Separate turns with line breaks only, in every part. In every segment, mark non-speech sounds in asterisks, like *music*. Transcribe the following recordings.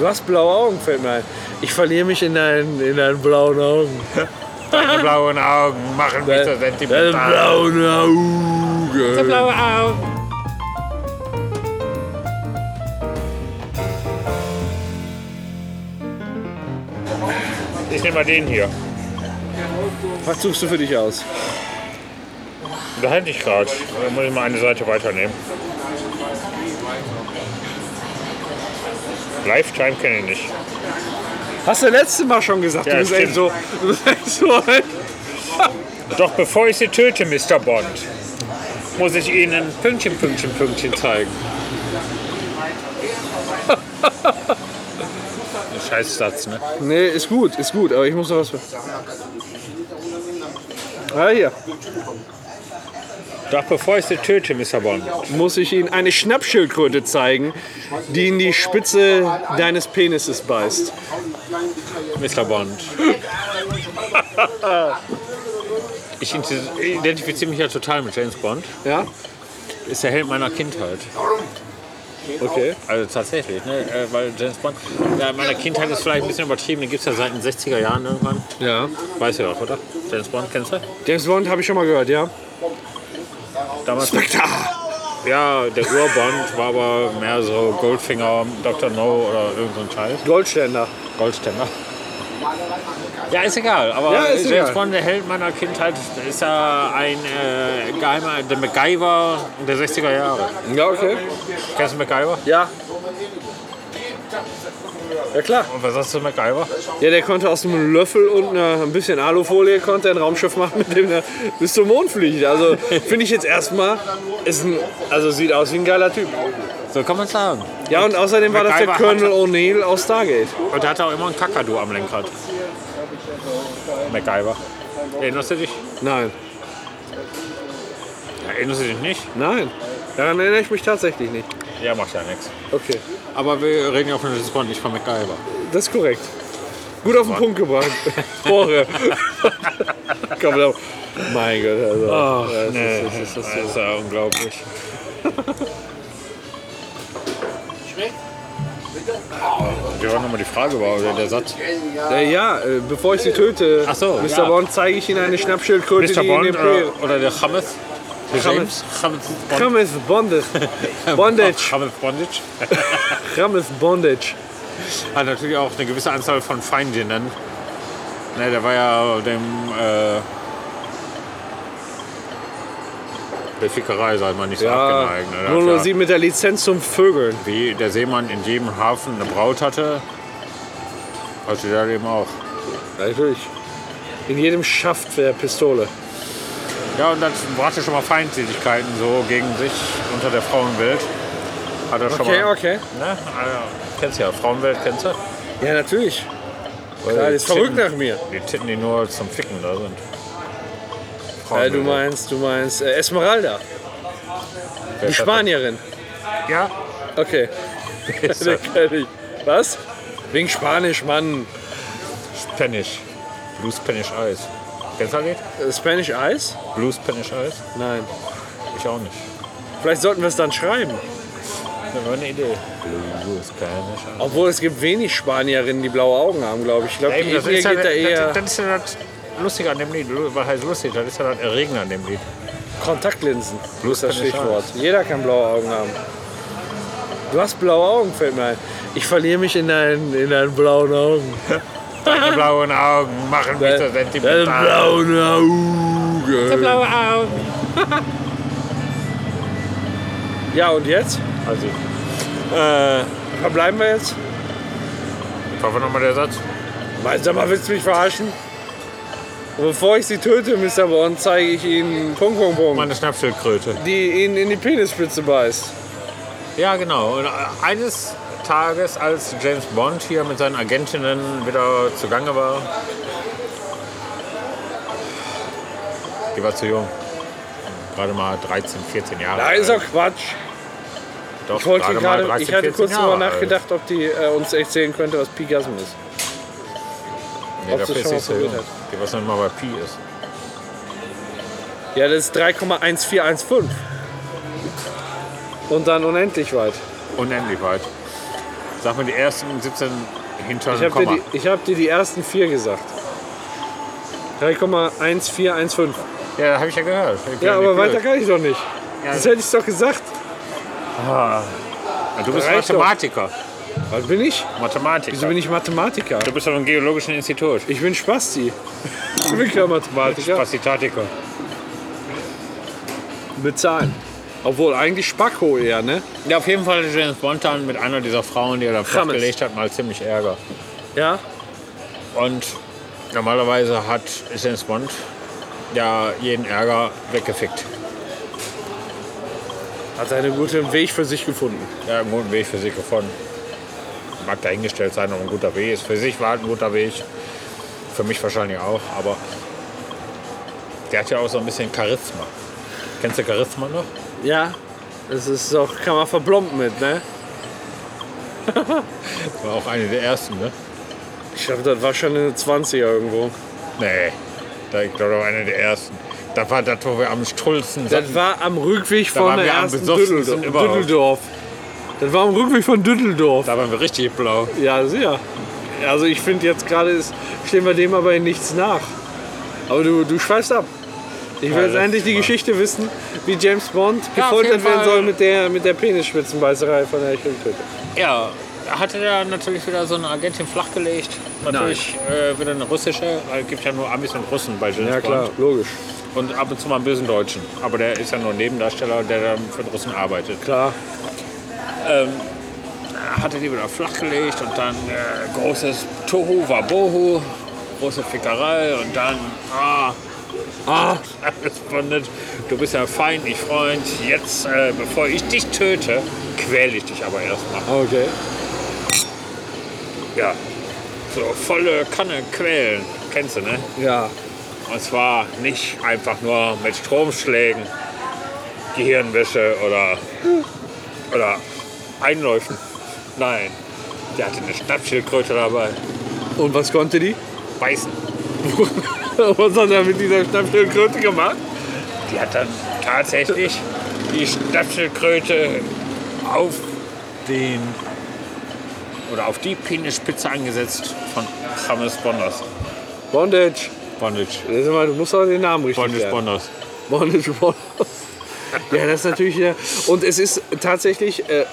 Du hast blaue Augen, fällt mir ein. Ich verliere mich in deinen, in deinen blauen Augen.
Deine blauen Augen machen mich so
Deine
sentimental.
blauen Augen.
Deine blauen Augen. Ich nehme mal den hier.
Was suchst du für dich aus?
Da hätte ich gerade. Da muss ich mal eine Seite weiternehmen. Lifetime kenne ich nicht.
Hast du letztes Mal schon gesagt,
Ja,
du bist echt
stimmt.
so. Du bist echt so
Doch bevor ich sie töte, Mr. Bond, muss ich Ihnen Pünktchen, Pünktchen, Pünktchen zeigen. Ein Scheiß Satz, ne?
nee, ist gut, ist gut, aber ich muss noch was. Ah, hier.
Doch bevor ich sie töte, Mr. Bond,
Muss ich Ihnen eine Schnappschildkröte zeigen, die in die Spitze deines Penises beißt.
Mr. Bond. Ich identifiziere mich ja total mit James Bond.
Ja?
Ist der Held meiner Kindheit.
Okay.
Also tatsächlich, ne? Äh, Weil James Bond, ja, in meiner Kindheit ist vielleicht ein bisschen übertrieben, den gibt es ja seit den 60er Jahren irgendwann.
Ja.
Weiß ja auch, oder? James Bond kennst du?
James Bond habe ich schon mal gehört, ja?
Damals
Spektar!
Ja, der Urbond war aber mehr so Goldfinger, Dr. No oder irgend so ein Scheiß.
Goldständer.
Goldständer. Ja, ist egal, aber
Ja, ist
James
egal.
Bond, der Held meiner Kindheit, ist ja ein äh, geheimer, der MacGyver der 60er Jahre.
Ja, okay.
Kennst du MacGyver?
Ja. Ja klar.
Und was hast du MacGyver?
Ja, der konnte aus einem Löffel und einer, ein bisschen Alufolie konnte er ein Raumschiff machen, mit dem er bis zum Mond fliegt. Also finde ich jetzt erstmal, ist ein, also sieht aus wie ein geiler Typ.
So kann man sagen.
Ja, und außerdem war das der
MacGyver
Colonel O'Neill aus Stargate.
Und der hatte auch immer einen Kakadu am Lenkrad. MacGyver. Erinnerst du dich?
Nein,
Ja, erinnerst du dich nicht?
nein. Daran erinnere ich mich tatsächlich nicht.
Ja, macht ja nichts.
Okay,
Aber wir reden ja von James Bond, nicht von MacGyver.
das ist korrekt. Gut auf den Punkt
*laughs*
gebracht. Bohre. Komm, lauf. mein Gott, also.
Ach,
Ja, das
nee,
ist- das ist- das ist-
das ist ja unglaublich. Wir waren nochmal die Frage, war oder der Satz.
Äh, ja, äh, bevor ich sie töte,
Ach so,
Mr.
ja.
Bond, zeige ich Ihnen eine Schnappschildkröte,
Mr.
die
Bond äh,
in dem Peel-
oder, oder der Chames? Der
Chames.
James? Chames Bond.
Krames Bondage.
*laughs*
Bondage.
Chames Bondage.
Krames Bondage.
Hat natürlich auch eine gewisse Anzahl von Feindinnen. Ne, der war ja dem. Äh, der Fickerei, sei mal nicht so
Ja,
abgeneigt. ne? Der hat ja-
007 mit der Lizenz zum Vögeln.
Wie der Seemann in jedem Hafen eine Braut hatte, hatte der eben auch.
Natürlich. In jedem Schaft der Pistole.
Ja, und das brachte schon mal Feindseligkeiten so gegen sich unter der Frauenwelt. Hat er schon mal.
okay.
Ne? Also, kennst du ja, Frauenwelt kennst du?
Ja, natürlich. Klar, das
die
ist verrückt ne?
Titten-
nach mir.
Die Titten, die nur zum Ficken da sind.
Äh, du
Frauenwelt.
meinst, du meinst äh, Esmeralda,
Wer
die
ist das?
Spanierin.
Ja.
Okay, *laughs*
Ist
den
das
kenn ich. Was? Wegen Spanisch, Mann.
Spanish. Blue Spanish Eyes. Kennst du das Lied?
Äh, Spanish Eyes?
Blue Spanish Eyes?
Nein.
Ich auch nicht.
Vielleicht sollten wir es dann schreiben.
Das war eine Idee. Blue Spanish Eyes.
Obwohl es gibt wenig Spanierinnen, die blaue Augen haben, glaube ich. Ich glaube,
Ja,
die
eben, das,
Ethnie
ist ja,
geht da eher
das, das ist ja das Lustige an dem Lied. Was heißt lustig? Das ist ja das Erregende an dem Lied.
Kontaktlinsen. ist
Bloß
das
keine
Stichwort. Jeder kann blaue Augen haben. Du hast blaue Augen, fällt mir ein. Ich verliere mich in deinen, in deinen blauen Augen.
Die blauen Augen machen
*laughs*
mich so
Deine
sentimental.
blauen Augen.
blaue Augen.
Ja, und jetzt?
Also, äh,
Verbleiben wir jetzt?
ich hoffe nochmal der Satz.
Sag mal, willst du mich verarschen? Und bevor ich sie töte, Mr. Bond, zeige ich Ihnen Punkt, Punkt, Punkt,
Meine Schnappschildkröte.
die Ihnen in die Penisspitze beißt.
Ja, genau. Und äh, eines Tages, als James Bond hier mit seinen Agentinnen wieder zugange war, die war zu jung. Gerade mal 13, 14 Jahre.
Da ist doch Quatsch.
Doch,
Ich, wollte
mal
gerade,
13,
ich hatte
14
kurz
Jahre
darüber
alt.
nachgedacht, ob die äh, uns erzählen könnte, was Pigasm ist.
Nee,
Ob
dafür
sie
ist
schon
sie
mal
so
probiert
jung.
hat.
Die, was dann mal bei Pi ist.
Ja, das ist 3,1415. Und dann unendlich weit.
Unendlich weit. Sag mal die ersten 17 hinter
Ich
dem
habe
Komma.
dir, die- ich hab dir die ersten vier gesagt. 3,1415.
Ja, habe ich ja gehört. Ich bin
Ja,
nicht
aber
blöd.
weiter kann ich doch nicht. Das hätte ich doch gesagt.
Du bist
Reicht doch.
Mathematiker.
Was bin ich?
Mathematiker.
Wieso bin ich Mathematiker?
du bist am Geologischen Institut.
Ich bin Spasti. Ich bin kein Mathematiker.
Spastitatiker.
Bezahlen. Obwohl, eigentlich Spacko eher, ne?
Ja, auf jeden Fall ist James Bond dann mit einer dieser Frauen, die er da
Krammes.
festgelegt hat, mal ziemlich Ärger.
Ja.
Und normalerweise hat James Bond ja jeden Ärger weggefickt.
Hat einen guten Weg für sich gefunden.
Ja, einen guten Weg für sich gefunden. Mag dahingestellt sein, ob ein guter Weg ist. Für sich war ein guter Weg. Für mich wahrscheinlich auch, aber der hat ja auch so ein bisschen Charisma. Kennst du Charisma noch?
Ja. Das ist doch, kann man verblomben mit, ne?
War auch eine der ersten, ne?
Ich glaube, das war schon in den 20er irgendwo.
Nee, da, ich glaube, einer der ersten. Da war das, wo wir am strulzen
Das
sind.
war am Rückweg
Da
von
waren
der
wir am
ersten
besoffensten
Düsseldor-
überhaupt.
Düsseldorf. Das war am Rückweg von Düsseldorf.
Da waren wir richtig blau.
Ja, sehr. Also ich finde jetzt gerade ist- stehen wir dem aber in nichts nach. Aber du, du schweifst ab. Ich will jetzt
das
endlich die
war-
Geschichte wissen, wie James Bond
Ja, auf
gefoltert
jeden
werden
Fall.
soll mit der, mit der Penisspitzenbeißerei von der Chilkritte.
Ja, da hatte der natürlich wieder so eine Agentin flachgelegt. Natürlich äh, wieder eine russische. Es gibt ja nur Amis und Russen bei James
Ja klar, logisch.
Bond. Und ab und zu mal einen bösen Deutschen. Aber der ist ja nur ein Nebendarsteller, der dann für den Russen arbeitet.
Klar.
Da hatte die wieder flachgelegt und dann äh, großes Tohu Wabohu, große Fickerei und dann, ah, ah, respondet, du bist ja Feind, nicht Freund, jetzt, äh, bevor ich dich töte, quäle ich dich aber erstmal.
Ah, Okay.
Ja, so volle Kanne quälen, kennst du, ne?
Ja.
Und zwar nicht einfach nur mit Stromschlägen, Gehirnwäsche oder, oder Einläufen. Nein, der hatte eine Schnappschildkröte dabei.
Und was konnte die?
Beißen.
*laughs* was hat er mit dieser Schnappschildkröte gemacht?
Die hat dann tatsächlich die Schnappschildkröte auf den oder auf die Penisspitze angesetzt von James Bonders.
Bondage.
Bondage.
Das ist immer, du musst auch den Namen richtig
Bondage
lernen.
Bonders.
Bondage Bondage. *laughs* Ja, das ist natürlich. äh, Und es ist tatsächlich, äh,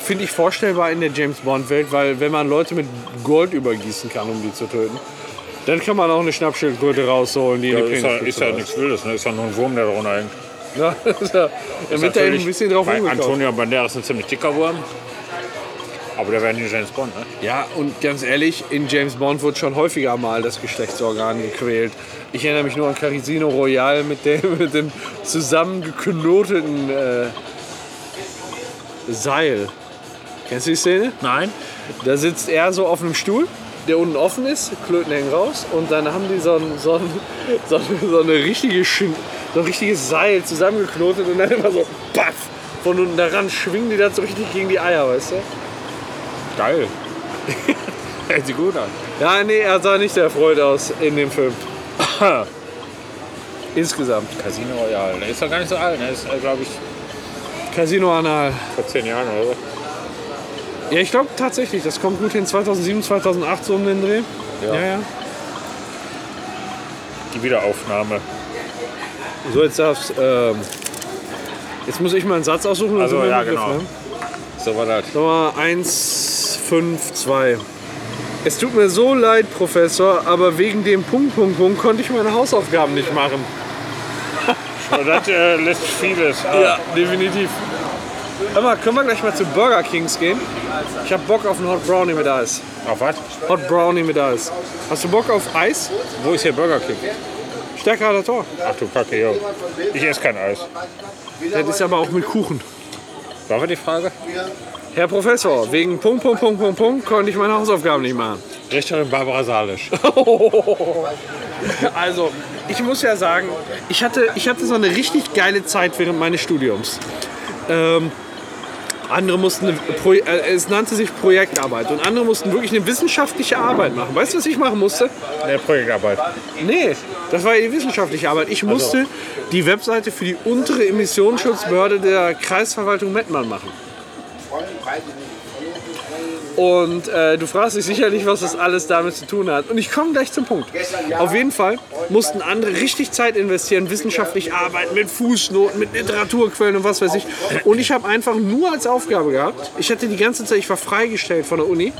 finde ich, vorstellbar in der James Bond-Welt, weil wenn man Leute mit Gold übergießen kann, um die zu töten, dann kann man auch eine Schnappschildkröte rausholen, die
Ja,
in die
ist ja,
Penisspitze
ist ja
passt.
nichts Wildes, ne? ist ja nur ein Wurm, der darunter hängt.
*laughs* Ja, ist ja- Damit da eben ein bisschen drauf
bei
umgekommen.
Antonio Banderas ist ein ziemlich dicker Wurm. Aber der wäre nicht James Bond, ne?
Ja, und ganz ehrlich, in James Bond wird schon häufiger mal das Geschlechtsorgan gequält. Ich erinnere mich nur an Casino Royale mit dem, *laughs* mit dem zusammengeknoteten äh, Seil. Kennst du die Szene?
Nein.
Da sitzt er so auf einem Stuhl, der unten offen ist, Klöten hängen raus und dann haben die so, ein, so, ein, *laughs* so, ein, so, eine richtige Sch- so ein richtiges Seil zusammengeknotet und dann immer so paff, von unten daran schwingen die dann so richtig gegen die Eier, weißt du?
*laughs* Geil. Hält sich gut an.
Ja, nee, er sah nicht sehr erfreut aus in dem Film. *coughs* Insgesamt.
Casino Royale, der ist doch gar nicht so alt, ne? ist, glaube ich,
Casino Anal.
vor zehn Jahren oder so.
Ja, ich glaube tatsächlich, das kommt gut hin. 2007, 2008 so um den Dreh. Ja, ja.
Die Wiederaufnahme.
So, jetzt darfst ähm, Jetzt muss ich mal einen Satz aussuchen. dann
Also,
sind wir
ja,
im Begriff,
genau.
ne?
So war das.
Nummer 152. Es tut mir so leid, Professor, aber wegen dem Punkt, Punkt, Punkt konnte ich meine Hausaufgaben nicht machen.
Und das äh, lässt vieles. ab.
definitiv. Hör mal, können wir gleich mal zu Burger Kings gehen? Ich hab Bock auf einen Hot Brownie mit Eis.
Auf was?
Hot Brownie mit Eis. Hast du Bock auf Eis?
Wo ist hier Burger King?
Stärker hat Tor.
Ach du Kacke, jo. Ich esse kein Eis.
Das ist aber auch mit Kuchen.
War wir die Frage?
Herr Professor, wegen Punkt, Punkt, Punkt, Punkt, Punkt konnte ich meine Hausaufgaben nicht machen.
Richterin Barbara Salisch. *laughs*
Also, ich muss ja sagen, ich hatte, ich hatte so eine richtig geile Zeit während meines Studiums. Ähm, andere mussten, eine Pro, äh, es nannte sich Projektarbeit und andere mussten wirklich eine wissenschaftliche Arbeit machen. Weißt du, was ich machen musste?
Der Projektarbeit.
Nee, das war die wissenschaftliche Arbeit. Ich musste die Webseite für die untere Emissionsschutzbehörde der Kreisverwaltung Mettmann machen. Und äh, du fragst dich sicherlich, was das alles damit zu tun hat. Und ich komme gleich zum Punkt. Auf jeden Fall mussten andere richtig Zeit investieren, wissenschaftlich arbeiten, mit Fußnoten, mit Literaturquellen und was weiß ich. Und ich habe einfach nur als Aufgabe gehabt, ich hatte die ganze Zeit, ich war freigestellt von der Uni,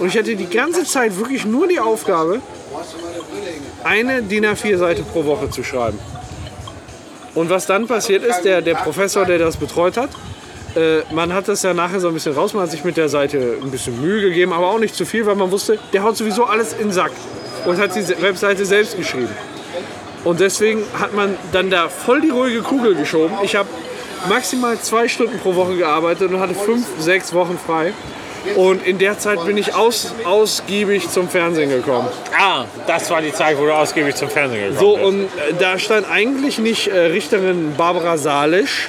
und ich hatte die ganze Zeit wirklich nur die Aufgabe, eine DIN A4-Seite pro Woche zu schreiben. Und was dann passiert ist, der, der Professor, der das betreut hat, äh, man hat das ja nachher so ein bisschen raus, man hat sich mit der Seite ein bisschen Mühe gegeben, aber auch nicht zu viel, weil man wusste, der haut sowieso alles in den Sack und hat die Se- Webseite selbst geschrieben. Und deswegen hat man dann da voll die ruhige Kugel geschoben. Ich habe maximal zwei Stunden pro Woche gearbeitet und hatte fünf, sechs Wochen frei. Und in der Zeit bin ich aus, ausgiebig zum Fernsehen gekommen.
Ah, das war die Zeit, wo du ausgiebig zum Fernsehen gekommen
So,
bist.
und äh, da stand eigentlich nicht äh, Richterin Barbara Salisch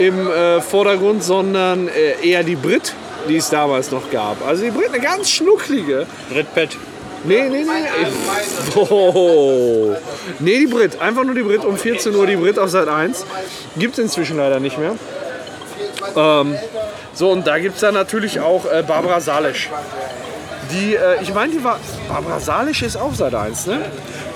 im äh, Vordergrund, sondern äh, eher die Brit, die es damals noch gab. Also die Brit, eine ganz schnucklige.
Drittbett.
Nee, nee, nee. Oh. Nee, die Brit. Einfach nur die Brit. Um 14 Uhr die Brit auf Sat 1. Gibt es inzwischen leider nicht mehr. Ähm, so, und da gibt es dann natürlich auch äh, Barbara Salisch. Die, äh, ich meine, die war. Barbara Salisch ist auf Sat 1, ne?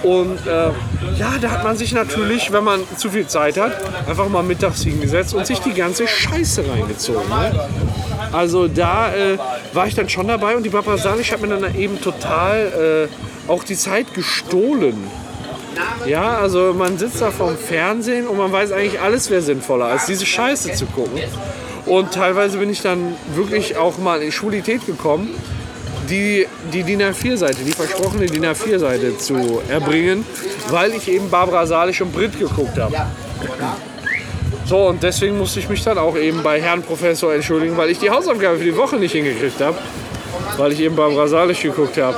Und äh, ja, da hat man sich natürlich, wenn man zu viel Zeit hat, einfach mal mittags hingesetzt und sich die ganze Scheiße reingezogen. Ne? Also da äh, war ich dann schon dabei und die Barbara Salisch hat mir dann eben total äh, auch die Zeit gestohlen. Ja, also man sitzt da vorm Fernsehen und man weiß eigentlich, alles wäre sinnvoller, als diese Scheiße zu gucken. Und teilweise bin ich dann wirklich auch mal in Schulität gekommen, die, die DIN A4-Seite, die versprochene DIN A4-Seite zu erbringen, weil ich eben Barbara Salisch und Brit geguckt habe. So, und deswegen musste ich mich dann auch eben bei Herrn Professor entschuldigen, weil ich die Hausaufgabe für die Woche nicht hingekriegt habe, weil ich eben Barbara Salisch geguckt habe.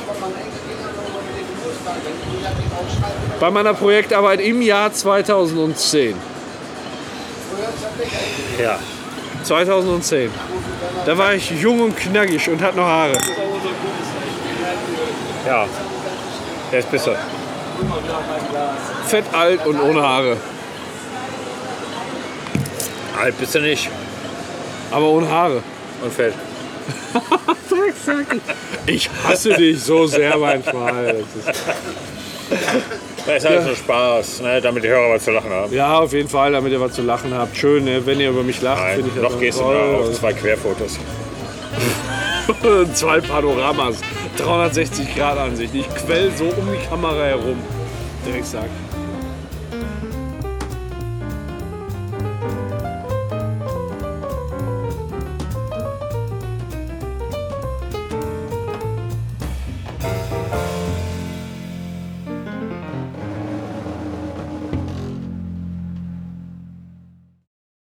Bei meiner Projektarbeit im Jahr 2010.
Ja.
2010. Da war ich jung und knackig und hatte noch Haare.
Ja. Jetzt bist du.
Fett alt und ohne Haare.
Alt bist du nicht.
Aber ohne Haare.
Und fällt.
Ich hasse dich so sehr manchmal. Das ist-
Das ist alles nur Spaß, ne? damit die Hörer was zu lachen haben.
Ja, auf jeden Fall, damit ihr was zu lachen habt. Schön, ne? wenn ihr über mich lacht,
Nein,
finde ich das
noch
dann
gehst du
toll.
da auf zwei Querfotos.
*laughs* Zwei Panoramas, 360 Grad Ansicht. Ich quell so um die Kamera herum. Drecksack.